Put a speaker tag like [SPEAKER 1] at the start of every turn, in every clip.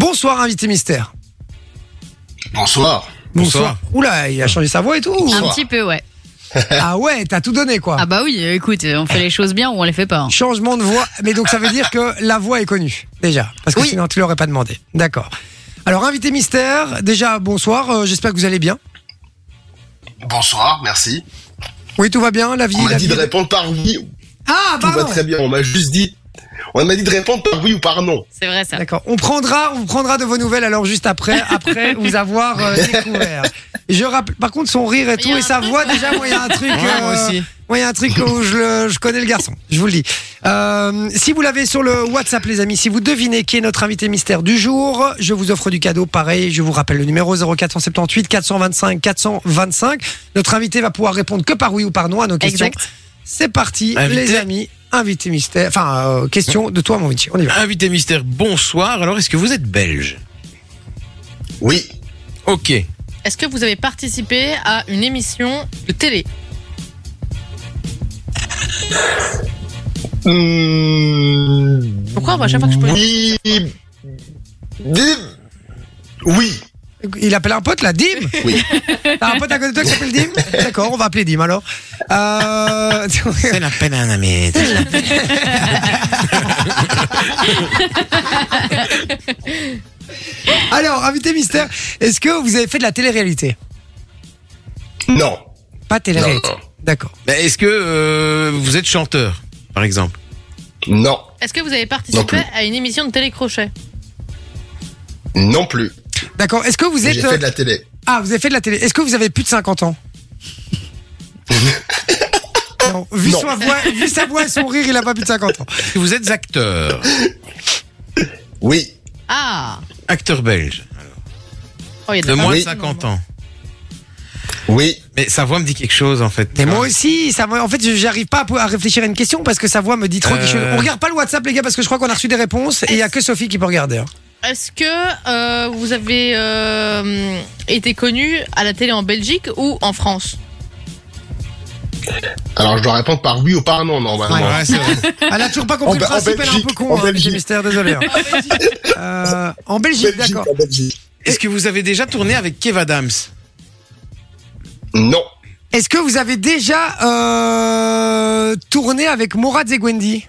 [SPEAKER 1] Bonsoir, invité mystère.
[SPEAKER 2] Bonsoir.
[SPEAKER 1] Bonsoir. Oula, il a changé sa voix et tout.
[SPEAKER 2] Bonsoir.
[SPEAKER 3] Un petit peu, ouais.
[SPEAKER 1] Ah ouais, t'as tout donné quoi.
[SPEAKER 3] Ah bah oui, euh, écoute, on fait les choses bien ou on les fait pas. hein.
[SPEAKER 1] Changement de voix. Mais donc ça veut dire que la voix est connue, déjà. Parce que sinon tu l'aurais pas demandé. D'accord. Alors, invité mystère, déjà, bonsoir. euh, J'espère que vous allez bien.
[SPEAKER 2] Bonsoir, merci.
[SPEAKER 1] Oui, tout va bien, la vie.
[SPEAKER 2] On m'a
[SPEAKER 1] la
[SPEAKER 2] dit
[SPEAKER 1] vie-
[SPEAKER 2] de répondre par oui.
[SPEAKER 1] Ah,
[SPEAKER 2] Tout va
[SPEAKER 1] pardon.
[SPEAKER 2] très bien. On m'a juste dit. On m'a dit de répondre par oui ou par non.
[SPEAKER 3] C'est vrai ça.
[SPEAKER 1] D'accord. On prendra, on prendra de vos nouvelles alors juste après, après vous avoir euh, découvert. Je rappelle, par contre, son rire et
[SPEAKER 3] Il
[SPEAKER 1] tout
[SPEAKER 3] y a
[SPEAKER 1] et
[SPEAKER 3] un
[SPEAKER 1] sa
[SPEAKER 3] truc.
[SPEAKER 1] voix déjà, moi il y a un truc.
[SPEAKER 4] moi
[SPEAKER 1] euh,
[SPEAKER 4] aussi.
[SPEAKER 1] moi, il y a un truc où je, le- je connais le garçon. Je vous le dis. Euh, si vous l'avez sur le WhatsApp, les amis, si vous devinez qui est notre invité mystère du jour, je vous offre du cadeau. Pareil, je vous rappelle le numéro 0478 425 425. Notre invité va pouvoir répondre que par oui ou par non à nos questions.
[SPEAKER 3] Exact.
[SPEAKER 1] C'est parti,
[SPEAKER 4] Invité.
[SPEAKER 1] les amis. Invité mystère. Enfin, euh, question de toi, mon Vichy. On y va.
[SPEAKER 4] Invité mystère, bonsoir. Alors, est-ce que vous êtes belge
[SPEAKER 2] Oui.
[SPEAKER 4] Ok.
[SPEAKER 3] Est-ce que vous avez participé à une émission de télé
[SPEAKER 2] Mmh,
[SPEAKER 3] Pourquoi moi, à chaque fois que je pose
[SPEAKER 2] Oui. Dim. Oui.
[SPEAKER 1] Il appelle un pote, là, Dim
[SPEAKER 2] Oui.
[SPEAKER 1] T'as un pote à côté de toi qui s'appelle Dim D'accord, on va appeler Dim alors. Euh...
[SPEAKER 4] C'est la peine à un ami.
[SPEAKER 1] alors, invité mystère, est-ce que vous avez fait de la télé-réalité
[SPEAKER 2] Non.
[SPEAKER 1] Pas télé-réalité.
[SPEAKER 2] Non, non.
[SPEAKER 1] D'accord.
[SPEAKER 4] Mais est-ce que euh, vous êtes chanteur, par exemple
[SPEAKER 2] Non.
[SPEAKER 3] Est-ce que vous avez
[SPEAKER 2] Non
[SPEAKER 3] participé
[SPEAKER 2] plus.
[SPEAKER 3] à une émission de télécrochet
[SPEAKER 2] Non plus.
[SPEAKER 1] D'accord. Est-ce que vous
[SPEAKER 2] J'ai
[SPEAKER 1] êtes.
[SPEAKER 2] fait de la télé.
[SPEAKER 1] Ah, vous avez fait de la télé. Est-ce que vous avez plus de 50 ans Non. Vu,
[SPEAKER 2] Non.
[SPEAKER 1] Sa voix, vu sa voix et son rire, il a pas plus de 50 ans.
[SPEAKER 4] Est-ce que vous êtes acteur
[SPEAKER 2] Oui.
[SPEAKER 3] Ah
[SPEAKER 4] Acteur belge,
[SPEAKER 3] oh, il y a
[SPEAKER 4] de moins
[SPEAKER 2] oui.
[SPEAKER 4] de 50 ans.
[SPEAKER 2] Oui.
[SPEAKER 4] Mais sa voix me dit quelque chose, en fait.
[SPEAKER 1] Mais moi aussi, ça, me- en fait, je- j'arrive pas à pou- à réfléchir à une question parce que sa voix me dit trop
[SPEAKER 4] Euh.
[SPEAKER 1] quelque chose. On regarde pas le WhatsApp, les gars, parce que je crois qu'on a reçu des réponses et il y a que Sophie qui peut regarder. hein.
[SPEAKER 3] Est-ce que euh, vous avez euh, été connu à la télé en Belgique ou en France
[SPEAKER 2] Alors je dois répondre par oui ou par non normalement.
[SPEAKER 4] Ouais, c'est vrai.
[SPEAKER 1] Ah, Elle a toujours pas compris
[SPEAKER 2] En
[SPEAKER 1] le
[SPEAKER 2] Be-
[SPEAKER 1] principe,
[SPEAKER 2] en
[SPEAKER 1] elle est un peu
[SPEAKER 2] Belgique,
[SPEAKER 1] con,
[SPEAKER 2] en
[SPEAKER 1] hein, Mickey
[SPEAKER 2] Belgique.
[SPEAKER 1] Mystère, désolé. hein. Euh, en Belgique,
[SPEAKER 2] Belgique,
[SPEAKER 1] d'accord.
[SPEAKER 2] en Belgique.
[SPEAKER 4] Est-ce que vous avez déjà tourné avec Kev Adams
[SPEAKER 2] Non.
[SPEAKER 1] Est-ce que vous avez déjà euh, tourné avec Mourad Zegwendi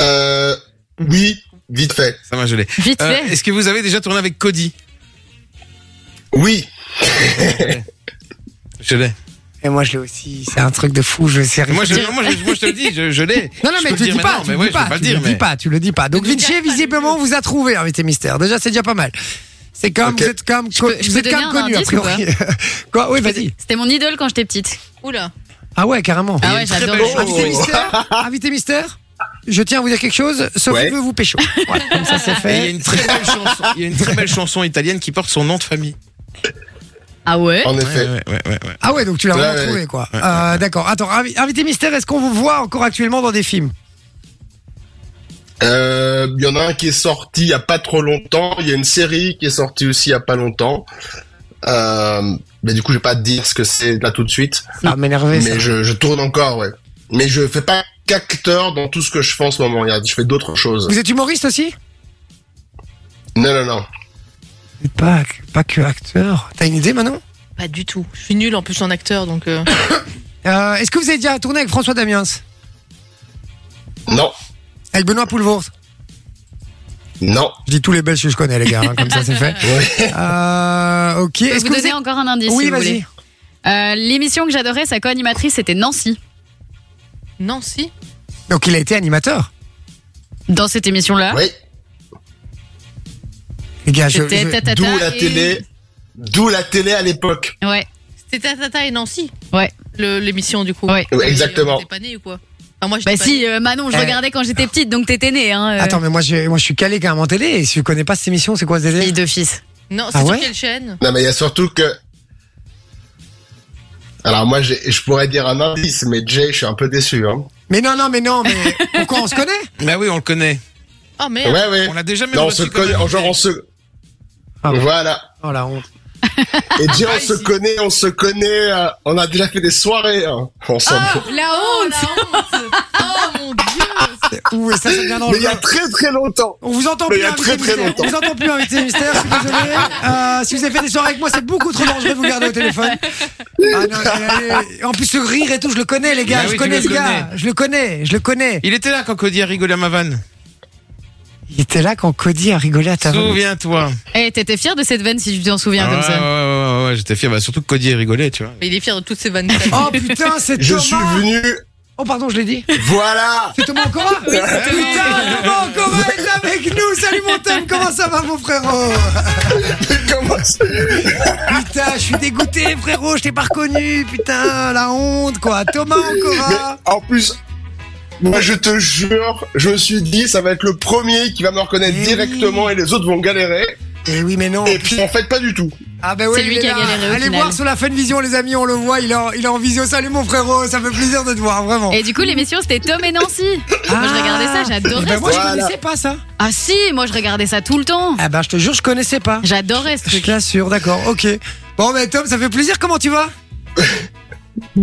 [SPEAKER 2] Euh. Oui. Vite fait.
[SPEAKER 4] Ça m'a gelé.
[SPEAKER 3] Vite
[SPEAKER 4] Euh,
[SPEAKER 3] fait
[SPEAKER 4] Est-ce que vous avez déjà tourné avec Cody
[SPEAKER 2] Oui.
[SPEAKER 4] Je l'ai.
[SPEAKER 1] Et moi, je l'ai aussi. C'est un truc de fou, je sais rien.
[SPEAKER 4] Moi, je, non, moi, je, moi, je te le dis, je, je l'ai.
[SPEAKER 1] Non, non,
[SPEAKER 4] Je
[SPEAKER 1] mais
[SPEAKER 4] peux
[SPEAKER 1] tu le
[SPEAKER 4] le
[SPEAKER 1] dis pas,
[SPEAKER 4] dire maintenant,
[SPEAKER 1] tu
[SPEAKER 4] mais
[SPEAKER 1] le
[SPEAKER 4] ouais,
[SPEAKER 1] dis
[SPEAKER 4] je
[SPEAKER 1] pas,
[SPEAKER 4] peux pas
[SPEAKER 1] tu le
[SPEAKER 4] le dire,
[SPEAKER 1] dis
[SPEAKER 4] mais-
[SPEAKER 1] pas, tu le dis pas. Donc
[SPEAKER 3] Ne nous
[SPEAKER 1] Vinci,
[SPEAKER 3] cache pas,
[SPEAKER 1] visiblement, vous a trouvé, invité mystère. Déjà, c'est déjà pas mal. C'est comme,
[SPEAKER 2] Ok.
[SPEAKER 1] vous êtes comme,
[SPEAKER 3] Je peux- je
[SPEAKER 1] vous
[SPEAKER 3] peux
[SPEAKER 1] êtes comme
[SPEAKER 3] donner un
[SPEAKER 1] connu, a
[SPEAKER 3] indice ou pas
[SPEAKER 1] priori. Quoi Oui, vas-y.
[SPEAKER 5] C'était mon idole quand j'étais petite.
[SPEAKER 3] Oula
[SPEAKER 1] Ah ouais, carrément.
[SPEAKER 3] Ah
[SPEAKER 4] Il y a
[SPEAKER 3] ouais,
[SPEAKER 4] une très
[SPEAKER 3] j'adore.
[SPEAKER 4] belle chanson.
[SPEAKER 1] Invité mystère, invité mystère, je tiens à vous dire quelque chose. Sophie
[SPEAKER 2] Ouais.
[SPEAKER 1] veut vous pécho. Voilà, comme ça, c'est
[SPEAKER 4] Et il y a
[SPEAKER 1] fait.
[SPEAKER 4] une très belle chanson. Il y a une très belle chanson italienne qui porte son nom de famille.
[SPEAKER 3] Ah ouais
[SPEAKER 2] En
[SPEAKER 4] Ouais,
[SPEAKER 2] effet.
[SPEAKER 4] ouais, ouais, ouais, ouais.
[SPEAKER 1] Ah ouais, donc tu l'as
[SPEAKER 2] Ouais,
[SPEAKER 1] vraiment
[SPEAKER 2] ouais.
[SPEAKER 1] trouvé, quoi. Euh, D'accord. Attends, invi- invité mystère, est-ce qu'on vous voit encore actuellement dans des films
[SPEAKER 2] Euh, Il y en a un qui est sorti il y a pas trop longtemps. Il y a une série qui est sortie aussi il y a pas longtemps. Euh, mais du coup, je vais pas te dire ce que c'est là tout de suite.
[SPEAKER 1] Ça va m'énerver, ça.
[SPEAKER 2] mais je, je tourne encore, ouais. Mais je fais pas qu'acteur dans tout ce que je fais en ce moment. Regarde, je fais d'autres choses.
[SPEAKER 1] Vous êtes humoriste aussi
[SPEAKER 2] Non, non, non.
[SPEAKER 1] pas, pas que acteur. T'as une idée maintenant
[SPEAKER 3] Pas du tout. Je suis nulle en plus en acteur donc. euh,
[SPEAKER 1] Euh, Est-ce que vous avez déjà tourné avec François Damiens
[SPEAKER 2] Non,
[SPEAKER 1] Avec Benoît Poulvourt
[SPEAKER 2] non.
[SPEAKER 1] Je dis tous les Belges que je connais, les gars, hein, comme ça c'est fait.
[SPEAKER 2] Ouais.
[SPEAKER 1] Euh, ok.
[SPEAKER 5] Je peux
[SPEAKER 1] Est-ce
[SPEAKER 5] vous
[SPEAKER 1] que vous
[SPEAKER 5] donner encore un indice
[SPEAKER 1] êtes... Oui,
[SPEAKER 5] si vous voulez.
[SPEAKER 1] vas-y.
[SPEAKER 5] Euh, L'émission que j'adorais, sa co-animatrice, c'était Nancy.
[SPEAKER 3] Non, si.
[SPEAKER 1] Donc il a été animateur.
[SPEAKER 5] Dans cette émission-là,
[SPEAKER 2] Oui.
[SPEAKER 1] Les gars, je.
[SPEAKER 5] c'était
[SPEAKER 1] je-
[SPEAKER 5] Tatata.
[SPEAKER 2] D'où la
[SPEAKER 5] et-
[SPEAKER 2] télé. D'où la télé à l'époque.
[SPEAKER 5] Ouais.
[SPEAKER 3] C'était Tata et Nancy.
[SPEAKER 5] Ouais.
[SPEAKER 3] Le- L'émission du coup.
[SPEAKER 5] Ouais.
[SPEAKER 2] Ouais,
[SPEAKER 3] Mais,
[SPEAKER 2] exactement.
[SPEAKER 3] euh, T'es pas né ou quoi Enfin, moi, j'étais
[SPEAKER 5] Bah
[SPEAKER 3] pas
[SPEAKER 5] si,
[SPEAKER 3] née.
[SPEAKER 5] euh, Manon, je
[SPEAKER 1] Eh.
[SPEAKER 5] regardais quand j'étais petite, donc t'étais née. Hein, euh,
[SPEAKER 1] Attends, mais moi je, moi je suis calé quand même en télé. Et si je connais pas cette émission, c'est quoi ce
[SPEAKER 5] Fille
[SPEAKER 1] délire
[SPEAKER 5] de fils.
[SPEAKER 3] Non, c'est
[SPEAKER 1] Ah
[SPEAKER 3] sur
[SPEAKER 1] ouais
[SPEAKER 3] quelle chaîne
[SPEAKER 2] Non, mais il y a surtout que. Alors moi, j'ai- je pourrais dire un indice, mais Jay, je suis un peu déçu. Hein.
[SPEAKER 1] Mais non, non, mais non, mais pourquoi on se connaît
[SPEAKER 4] Bah oui, on le connaît.
[SPEAKER 3] Oh merde.
[SPEAKER 2] Ouais, ouais.
[SPEAKER 4] On l'a déjà même
[SPEAKER 2] Non, on se
[SPEAKER 4] reçu comme
[SPEAKER 2] connaît.
[SPEAKER 4] invité.
[SPEAKER 2] Genre, on se.
[SPEAKER 1] Ah bon.
[SPEAKER 2] Voilà.
[SPEAKER 1] Oh la honte. Ah,
[SPEAKER 2] Et Jay,
[SPEAKER 1] bah,
[SPEAKER 2] on se
[SPEAKER 4] ici.
[SPEAKER 2] connaît, on se connaît. euh,
[SPEAKER 1] Ah,
[SPEAKER 2] on a déjà fait des soirées hein, ensemble.
[SPEAKER 5] La
[SPEAKER 3] Oh,
[SPEAKER 5] honte
[SPEAKER 3] la honte Oh mon dieu
[SPEAKER 1] Ouh, ça, ça devient
[SPEAKER 2] Mais il y
[SPEAKER 1] dangereux.
[SPEAKER 2] a très très longtemps.
[SPEAKER 1] On vous entend
[SPEAKER 2] Mais
[SPEAKER 1] plus,
[SPEAKER 2] il y a
[SPEAKER 1] invité
[SPEAKER 2] très, très
[SPEAKER 1] mystère.
[SPEAKER 2] longtemps.
[SPEAKER 1] On vous entend plus, invité mystère. Je suis désolé. Euh, si vous avez fait des soirées avec moi, c'est beaucoup trop dangereux de vous garder au téléphone. Ah non, euh, en plus, ce rire et tout, je le connais, les gars.
[SPEAKER 4] Bah
[SPEAKER 1] je
[SPEAKER 4] oui, tu
[SPEAKER 1] connais
[SPEAKER 4] le
[SPEAKER 1] ce gars. Je le connais. Je le connais.
[SPEAKER 4] Il était là quand Cody a rigolé à ma vanne.
[SPEAKER 1] Il était là quand Cody a rigolé à ta vanne.
[SPEAKER 4] Souviens-toi.
[SPEAKER 5] Eh, t'étais fier de cette vanne si tu t'en souviens
[SPEAKER 4] Ah
[SPEAKER 5] comme
[SPEAKER 4] ouais, ouais,
[SPEAKER 5] ça.
[SPEAKER 4] ouais, ouais, ouais, j'étais fier. Bah, surtout que Cody rigolait, tu vois.
[SPEAKER 3] Mais il est fier de toutes ses vannes.
[SPEAKER 1] Oh putain, c'est
[SPEAKER 2] Je
[SPEAKER 1] Thomas.
[SPEAKER 2] suis venu.
[SPEAKER 1] Oh pardon, je l'ai dit.
[SPEAKER 2] Voilà.
[SPEAKER 1] C'est Thomas Ancora Putain, Thomas Ancora est avec nous. Salut mon thème, comment ça va mon frérot
[SPEAKER 2] Comment ça-
[SPEAKER 1] Putain, je suis dégoûté frérot, je t'ai pas reconnu. Putain, la honte quoi. Thomas
[SPEAKER 2] Mais
[SPEAKER 1] Ancora.
[SPEAKER 2] en plus, moi je te jure, je me suis dit, ça va être le premier qui va me reconnaître
[SPEAKER 1] Eh
[SPEAKER 2] directement
[SPEAKER 1] oui.
[SPEAKER 2] et les autres vont galérer.
[SPEAKER 1] Eh oui, mais non.
[SPEAKER 2] Et puis en fait, pas du tout.
[SPEAKER 1] Ah ben ouais,
[SPEAKER 5] C'est
[SPEAKER 1] il
[SPEAKER 5] lui
[SPEAKER 1] est
[SPEAKER 5] qui a
[SPEAKER 1] là.
[SPEAKER 5] galéré au
[SPEAKER 1] Allez
[SPEAKER 5] final.
[SPEAKER 1] voir sur la Funvision les amis, on le voit, il est en, il est en visio. Salut mon frérot, ça fait plaisir de te voir vraiment. Ah.
[SPEAKER 5] Et du coup, l'émission, c'était Tom et Nancy. Moi, je regardais ça, j'adorais.
[SPEAKER 1] Eh ben, moi,
[SPEAKER 2] Voilà.
[SPEAKER 1] je connaissais pas ça.
[SPEAKER 5] Ah si, moi, je regardais ça tout le temps.
[SPEAKER 1] Ah ben, je te jure, je connaissais pas.
[SPEAKER 5] J'adorais ce
[SPEAKER 1] Je
[SPEAKER 5] truc.
[SPEAKER 1] te l'assure, d'accord, ok. Bon, mais Tom, ça fait plaisir, comment tu vas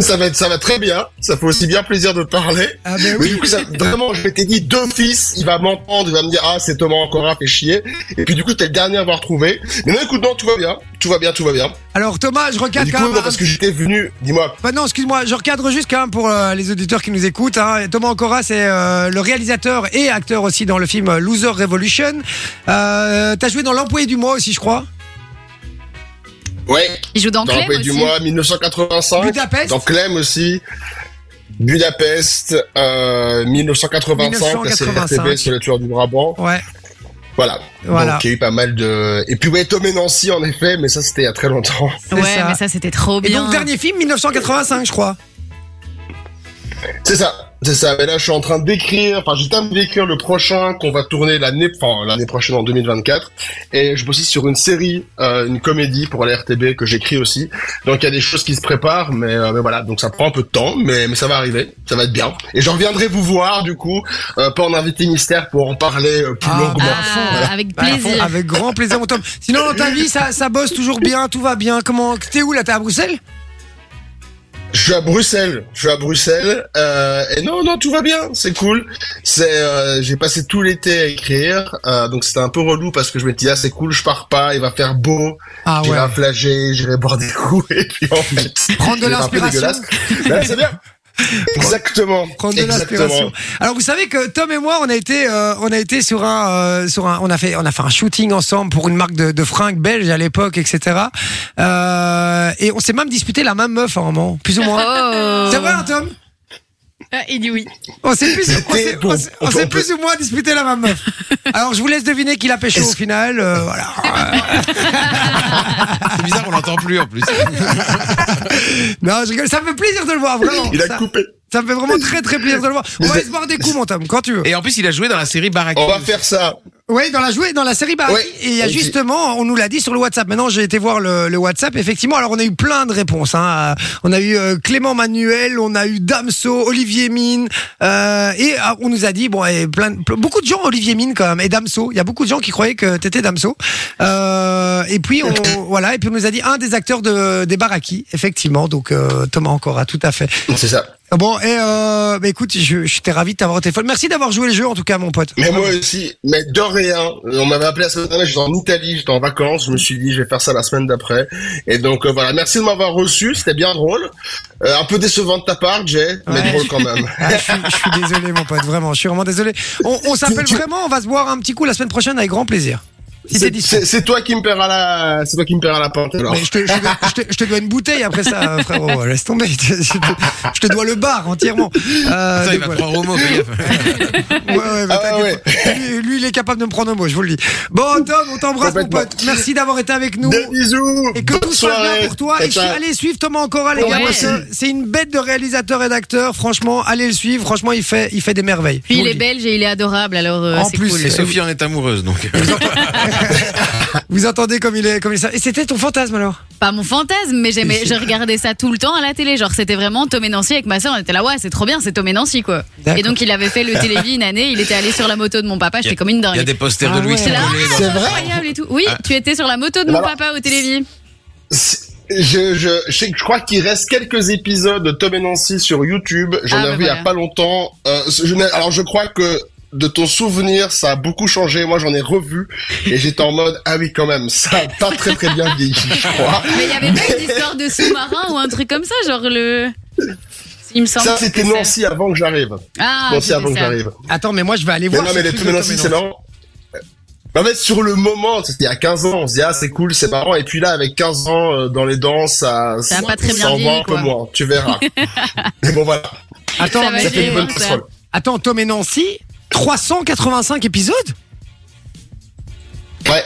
[SPEAKER 2] Ça va, être, ça va très bien. Ça fait aussi bien plaisir de te parler.
[SPEAKER 1] Ah ben
[SPEAKER 2] Mais Eh du coup, ça, vraiment, je m'étais dit d'office, il va m'entendre, il va me dire, ah, c'est Thomas encore un, fait chier. Et puis, du coup, t'es le dernier à avoir trouvé. Mais non, écoute, non, tout va bien. Tout va bien, tout va bien.
[SPEAKER 1] Alors Thomas, je
[SPEAKER 2] Et
[SPEAKER 1] recadre
[SPEAKER 2] du coup,
[SPEAKER 1] quand même.
[SPEAKER 2] non, parce que j'étais venu, dis-moi.
[SPEAKER 1] Bah non, excuse-moi, je recadre juste quand même pour euh, les auditeurs qui nous écoutent. hein. Thomas Ancora, c'est euh, le réalisateur et acteur aussi dans le film euh, Loser Revolution. Euh, T'as joué dans L'Employé du mois aussi, je crois.
[SPEAKER 2] Ouais.
[SPEAKER 5] Il joue dans
[SPEAKER 2] Dans le
[SPEAKER 5] Clem
[SPEAKER 2] pays du
[SPEAKER 5] aussi.
[SPEAKER 2] mois, 1985.
[SPEAKER 1] Budapest.
[SPEAKER 2] Dans Clem aussi. Budapest, euh, 1985, la série
[SPEAKER 1] 1985.
[SPEAKER 2] RTB sur les tueurs du Brabant.
[SPEAKER 1] Ouais.
[SPEAKER 2] Voilà.
[SPEAKER 1] Voilà.
[SPEAKER 2] Donc, il y a eu pas mal de... Et puis, ouais, Tom et Nancy, en effet, mais ça, c'était il y a très longtemps.
[SPEAKER 1] c'est
[SPEAKER 5] Ouais, mais ça, c'était trop
[SPEAKER 1] Et
[SPEAKER 5] bien.
[SPEAKER 1] donc dernier film 1985, je crois.
[SPEAKER 2] C'est ça, c'est ça. Mais là, je suis en train d'écrire, enfin, j'ai terminé d'écrire le prochain qu'on va tourner l'année, enfin, l'année prochaine en 2024. Et je bosse aussi sur une série, euh, une comédie pour la RTB que j'écris aussi. Donc, il y a des choses qui se préparent, mais, euh, mais voilà. Donc, ça prend un peu de temps, mais, mais ça va arriver. Ça va être bien. Et je reviendrai vous voir, du coup, euh, pas en invité mystère pour en parler euh, plus
[SPEAKER 1] Ah,
[SPEAKER 2] longuement.
[SPEAKER 1] bah, à fond,
[SPEAKER 5] Ah,
[SPEAKER 1] voilà.
[SPEAKER 5] avec
[SPEAKER 1] Bah, à fond,
[SPEAKER 5] plaisir.
[SPEAKER 1] avec grand plaisir, mon Tom. Sinon, dans ta vie, ça, ça bosse toujours bien, tout va bien. Comment T'es où là T'es à Bruxelles
[SPEAKER 2] Je suis à Bruxelles. Je suis à Bruxelles. Euh, et non, non, tout va bien. C'est cool. C'est, euh, j'ai passé tout l'été à écrire. Euh, donc c'était un peu relou parce que je me disais, ah, c'est cool, je pars pas, il va faire beau,
[SPEAKER 1] Ah
[SPEAKER 2] je vais flager, je vais boire des coups. Et puis en fait,
[SPEAKER 1] Prendre de
[SPEAKER 2] c'est un peu
[SPEAKER 1] l'inspiration.
[SPEAKER 2] dégueulasse. Là, c'est bien. Exactement.
[SPEAKER 1] prendre de
[SPEAKER 2] Exactement.
[SPEAKER 1] l'inspiration. Alors vous savez que Tom et moi on a été euh, on a été sur un euh, sur un on a fait on a fait un shooting ensemble pour une marque de, de fringues belge à l'époque etc. Euh, et on s'est même disputé la même meuf à un moment plus ou moins.
[SPEAKER 5] Oh.
[SPEAKER 1] C'est vrai hein, Tom
[SPEAKER 3] Ah, il dit oui.
[SPEAKER 1] On s'est plus on
[SPEAKER 2] C'était
[SPEAKER 1] s'est-
[SPEAKER 2] bon.
[SPEAKER 1] on s'est- on s'est plus ou moins disputé la même meuf. Alors je vous laisse deviner qui l'a pêché au final. euh, voilà.
[SPEAKER 4] C'est bizarre, on l'entend plus en plus.
[SPEAKER 1] Non je rigole. Ça me fait plaisir de le voir vraiment.
[SPEAKER 2] Il a
[SPEAKER 1] ça,
[SPEAKER 2] coupé.
[SPEAKER 1] ça me fait vraiment très très plaisir de le voir. On va
[SPEAKER 2] Mais-
[SPEAKER 1] se boire des coups mon Tom quand tu veux.
[SPEAKER 4] Et en plus, il a joué dans la série Baraki.
[SPEAKER 2] On va faire ça.
[SPEAKER 1] Oui, dans la jouée, dans la série Barry.
[SPEAKER 2] Ouais.
[SPEAKER 1] et il y a
[SPEAKER 2] Et puis-
[SPEAKER 1] justement, on nous l'a dit sur le WhatsApp. Maintenant, j'ai été voir le, le WhatsApp. Effectivement, alors on a eu plein de réponses. Hein. Euh, On a eu euh, Clément Manuel, on a eu Damso, Olivier Mine, euh, et ah, on nous a dit bon, et plein, de- beaucoup de gens, Olivier Mine quand même, et Damso. Il y a beaucoup de gens qui croyaient que t'étais Damso. Euh, et puis on, voilà, et puis on nous a dit un des acteurs de des Baraki, effectivement. Donc euh, Thomas Ancora, tout à fait.
[SPEAKER 2] C'est ça.
[SPEAKER 1] Bon, et euh, bah, écoute, je, je t'ai ravi de t'avoir au téléphone. Merci d'avoir joué le jeu, en tout cas, mon pote.
[SPEAKER 2] Mais moi aussi, mais de rien. On m'avait appelé la semaine dernière, j'étais en Italie, j'étais en vacances, je me suis dit je vais faire ça la semaine d'après. Et donc euh, voilà, merci de m'avoir reçu, c'était bien drôle. Euh, un peu décevant de ta part, Jay, mais
[SPEAKER 1] Ouais.
[SPEAKER 2] drôle quand même.
[SPEAKER 1] Ah, je, suis, je suis désolé, mon pote, vraiment. Je suis vraiment désolé. On, on s'appelle vraiment, on va se boire un petit coup la semaine prochaine avec grand plaisir. Si t'es
[SPEAKER 2] C'est-
[SPEAKER 1] dispo.
[SPEAKER 2] c'est c'est toi qui me paieras la, c'est toi qui me paieras la pente. Alors.
[SPEAKER 1] Mais je te, je, te dois, je te- je te dois une bouteille après ça, euh, frérot. Laisse tomber. Je te, je te- je te dois le bar entièrement. Euh,
[SPEAKER 5] Ah,
[SPEAKER 4] Attends,
[SPEAKER 1] donc
[SPEAKER 4] il va
[SPEAKER 1] voilà.
[SPEAKER 4] croire au mot, fais gaffe.
[SPEAKER 1] Ouais, ouais, mais
[SPEAKER 2] Ah,
[SPEAKER 1] t'inquiète pas. Lui, lui, il est capable de me prendre au mot, je vous le dis. Bon, Tom, on t'embrasse, mon
[SPEAKER 2] Complètement.
[SPEAKER 1] pote. Merci d'avoir été avec nous.
[SPEAKER 2] Des bisous.
[SPEAKER 1] Et que
[SPEAKER 2] bonne
[SPEAKER 1] tout soit bien pour toi.
[SPEAKER 2] Ciao,
[SPEAKER 1] Et su-
[SPEAKER 2] ciao.
[SPEAKER 1] allez suivre Thomas Ancora, les
[SPEAKER 5] Ouais.
[SPEAKER 1] gars. parce que C'est une bête de réalisateur et d'acteur. Franchement, allez le suivre. Franchement, il fait, il fait des merveilles. Je
[SPEAKER 5] Puis
[SPEAKER 1] vous
[SPEAKER 5] il
[SPEAKER 1] le
[SPEAKER 5] est
[SPEAKER 1] dis.
[SPEAKER 5] belge et il est adorable, alors euh,
[SPEAKER 1] En
[SPEAKER 5] c'est
[SPEAKER 1] plus,
[SPEAKER 5] cool.
[SPEAKER 4] Et Sophie en est amoureuse, donc.
[SPEAKER 1] Vous entendez comme il est, comme il est. Et c'était ton fantasme alors
[SPEAKER 5] Pas mon fantasme, mais j'aimais, je regardais ça tout le temps à la télé. Genre, c'était vraiment Tom et Nancy avec ma sœur. On était là, ouais, c'est trop bien, c'est Tom et Nancy, quoi.
[SPEAKER 1] D'accord.
[SPEAKER 5] Et donc, il avait fait le télévis une année. Il était allé sur la moto de mon papa. J'étais comme une
[SPEAKER 4] Il y a
[SPEAKER 5] dingue.
[SPEAKER 4] des posters
[SPEAKER 1] Ah
[SPEAKER 4] de Louis
[SPEAKER 1] ouais.
[SPEAKER 5] J'étais là,
[SPEAKER 4] Strauss-Kahn.
[SPEAKER 5] ah, c'est incroyable et tout. Oui, tu étais sur la moto de mon
[SPEAKER 2] Alors-
[SPEAKER 5] papa au télévis.
[SPEAKER 2] C'est- je, je, je sais que je crois qu'il reste quelques épisodes de Tom et Nancy sur YouTube. J'en
[SPEAKER 5] Ah,
[SPEAKER 2] ai
[SPEAKER 5] bah
[SPEAKER 2] vu il y
[SPEAKER 5] voilà.
[SPEAKER 2] a pas longtemps. Euh, je n'ai- alors je crois que de ton souvenir, ça a beaucoup changé. Moi, j'en ai revu et j'étais en mode ah oui quand même, ça a pas très très bien vieilli, je crois.
[SPEAKER 5] Mais il n'y avait pas une histoire de sous-marin ou un truc comme ça, genre le. Il me semble.
[SPEAKER 2] Ça
[SPEAKER 5] que
[SPEAKER 2] c'était
[SPEAKER 5] c'est-
[SPEAKER 2] Nancy avant que j'arrive.
[SPEAKER 5] Ah,
[SPEAKER 2] Nancy
[SPEAKER 5] c'était
[SPEAKER 2] avant que
[SPEAKER 5] ça.
[SPEAKER 2] j'arrive.
[SPEAKER 1] Attends, mais moi je vais aller
[SPEAKER 2] Mais
[SPEAKER 1] voir.
[SPEAKER 2] non,
[SPEAKER 1] ce
[SPEAKER 2] mais les
[SPEAKER 1] truc
[SPEAKER 2] Tom et
[SPEAKER 1] de
[SPEAKER 2] Nancy,
[SPEAKER 1] Tom
[SPEAKER 2] c'est
[SPEAKER 1] et Nancy.
[SPEAKER 2] marrant. Euh, En fait, sur le moment, c'était il y a 15 ans, on se dit, ah, c'est cool, c'est marrant. Et puis là, avec 15 ans euh, dans les dents, ça,
[SPEAKER 5] Ça a pas très bien
[SPEAKER 2] en
[SPEAKER 5] vieilli,
[SPEAKER 2] voit un peu
[SPEAKER 5] quoi.
[SPEAKER 2] moins, tu verras. Mais bon, voilà.
[SPEAKER 1] Attends,
[SPEAKER 5] Ça va
[SPEAKER 1] mais-
[SPEAKER 5] être-
[SPEAKER 2] Ça fait une bonne
[SPEAKER 5] ça.
[SPEAKER 2] casserole.
[SPEAKER 1] attends, Tom et Nancy, 385 épisodes
[SPEAKER 2] Ouais.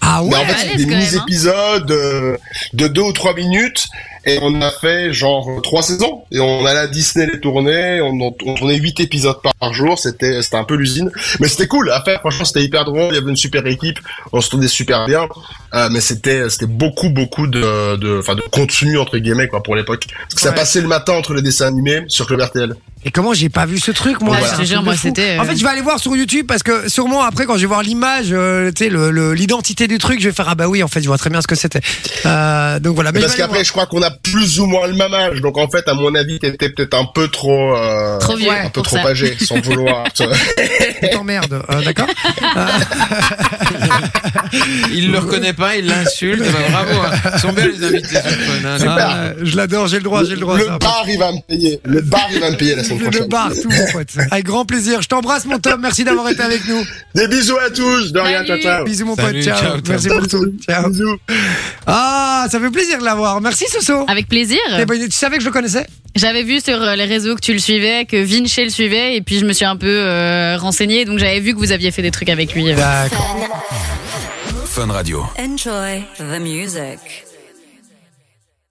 [SPEAKER 1] Ah ouais
[SPEAKER 2] Mais en fait,
[SPEAKER 5] balèze
[SPEAKER 2] c'est des
[SPEAKER 5] quand même, hein.
[SPEAKER 2] mini-épisodes euh, de deux ou trois minutes. Et on a fait genre trois saisons. Et on allait à Disney les tourner. On, on- on tournait huit épisodes par jour. C'était c'était un peu l'usine. Mais c'était cool à faire. Franchement, c'était hyper drôle. Il y avait une super équipe. On se tournait super bien. Euh, mais c'était c'était beaucoup, beaucoup de, de, enfin, de contenu, entre guillemets, quoi, pour l'époque. Parce que ça
[SPEAKER 1] Ouais.
[SPEAKER 2] passait le matin entre les dessins animés sur Club RTL.
[SPEAKER 1] Et comment j'ai pas vu ce truc, moi
[SPEAKER 5] Ouais,
[SPEAKER 1] c'est
[SPEAKER 5] je
[SPEAKER 1] un
[SPEAKER 5] te
[SPEAKER 1] truc
[SPEAKER 5] jure,
[SPEAKER 1] de
[SPEAKER 5] moi,
[SPEAKER 1] fou.
[SPEAKER 5] c'était, euh,
[SPEAKER 1] En fait, je vais aller voir sur YouTube parce que sûrement après, quand je vais voir l'image, euh, tu sais, le- le- l'identité du truc, je vais faire ah bah oui, en fait, je vois très bien ce que c'était. Euh, donc voilà. Mais
[SPEAKER 2] Parce
[SPEAKER 1] je vais aller
[SPEAKER 2] qu'après, je crois qu'on a plus ou moins le même âge. Donc, en fait, à mon avis, t'étais peut-être un peu trop, euh,
[SPEAKER 5] Trop vieux
[SPEAKER 2] un peu
[SPEAKER 5] pour
[SPEAKER 2] trop
[SPEAKER 5] ça.
[SPEAKER 2] âgé, sans vouloir. te-
[SPEAKER 1] voir. On t'emmerde, euh, d'accord
[SPEAKER 4] Il le reconnaît pas, il l'insulte. Bah, bravo. hein. Ils sont bien les invités sur Fun, hein.
[SPEAKER 1] Euh, Je l'adore, j'ai le droit, j'ai le droit.
[SPEAKER 2] Le
[SPEAKER 1] ça, après.
[SPEAKER 2] bar, il va me payer. Le bar, il va me payer la semaine
[SPEAKER 1] le
[SPEAKER 2] prochaine.
[SPEAKER 1] bar, tout mon pote. Avec grand plaisir. Je t'embrasse, mon Tom. Merci d'avoir été avec nous.
[SPEAKER 2] Des bisous à tous. De rien, ciao,
[SPEAKER 5] Salut.
[SPEAKER 2] ciao.
[SPEAKER 1] Bisous, mon
[SPEAKER 4] Salut,
[SPEAKER 1] pote. Ciao.
[SPEAKER 4] ciao, Tom.
[SPEAKER 1] Merci pour tout. Ciao.
[SPEAKER 2] Bisous.
[SPEAKER 1] Ah, ça fait plaisir de l'avoir. Merci, Soso.
[SPEAKER 5] Avec plaisir.
[SPEAKER 1] Eh ben, tu savais que je le connaissais
[SPEAKER 5] J'avais vu sur euh, les réseaux que tu le suivais, que Vinci le suivait, et puis je me suis un peu euh, renseignée, donc j'avais vu que vous aviez fait des trucs avec lui. euh.
[SPEAKER 1] D'accord.
[SPEAKER 6] Fun.
[SPEAKER 7] Fun Radio.
[SPEAKER 6] Enjoy the music.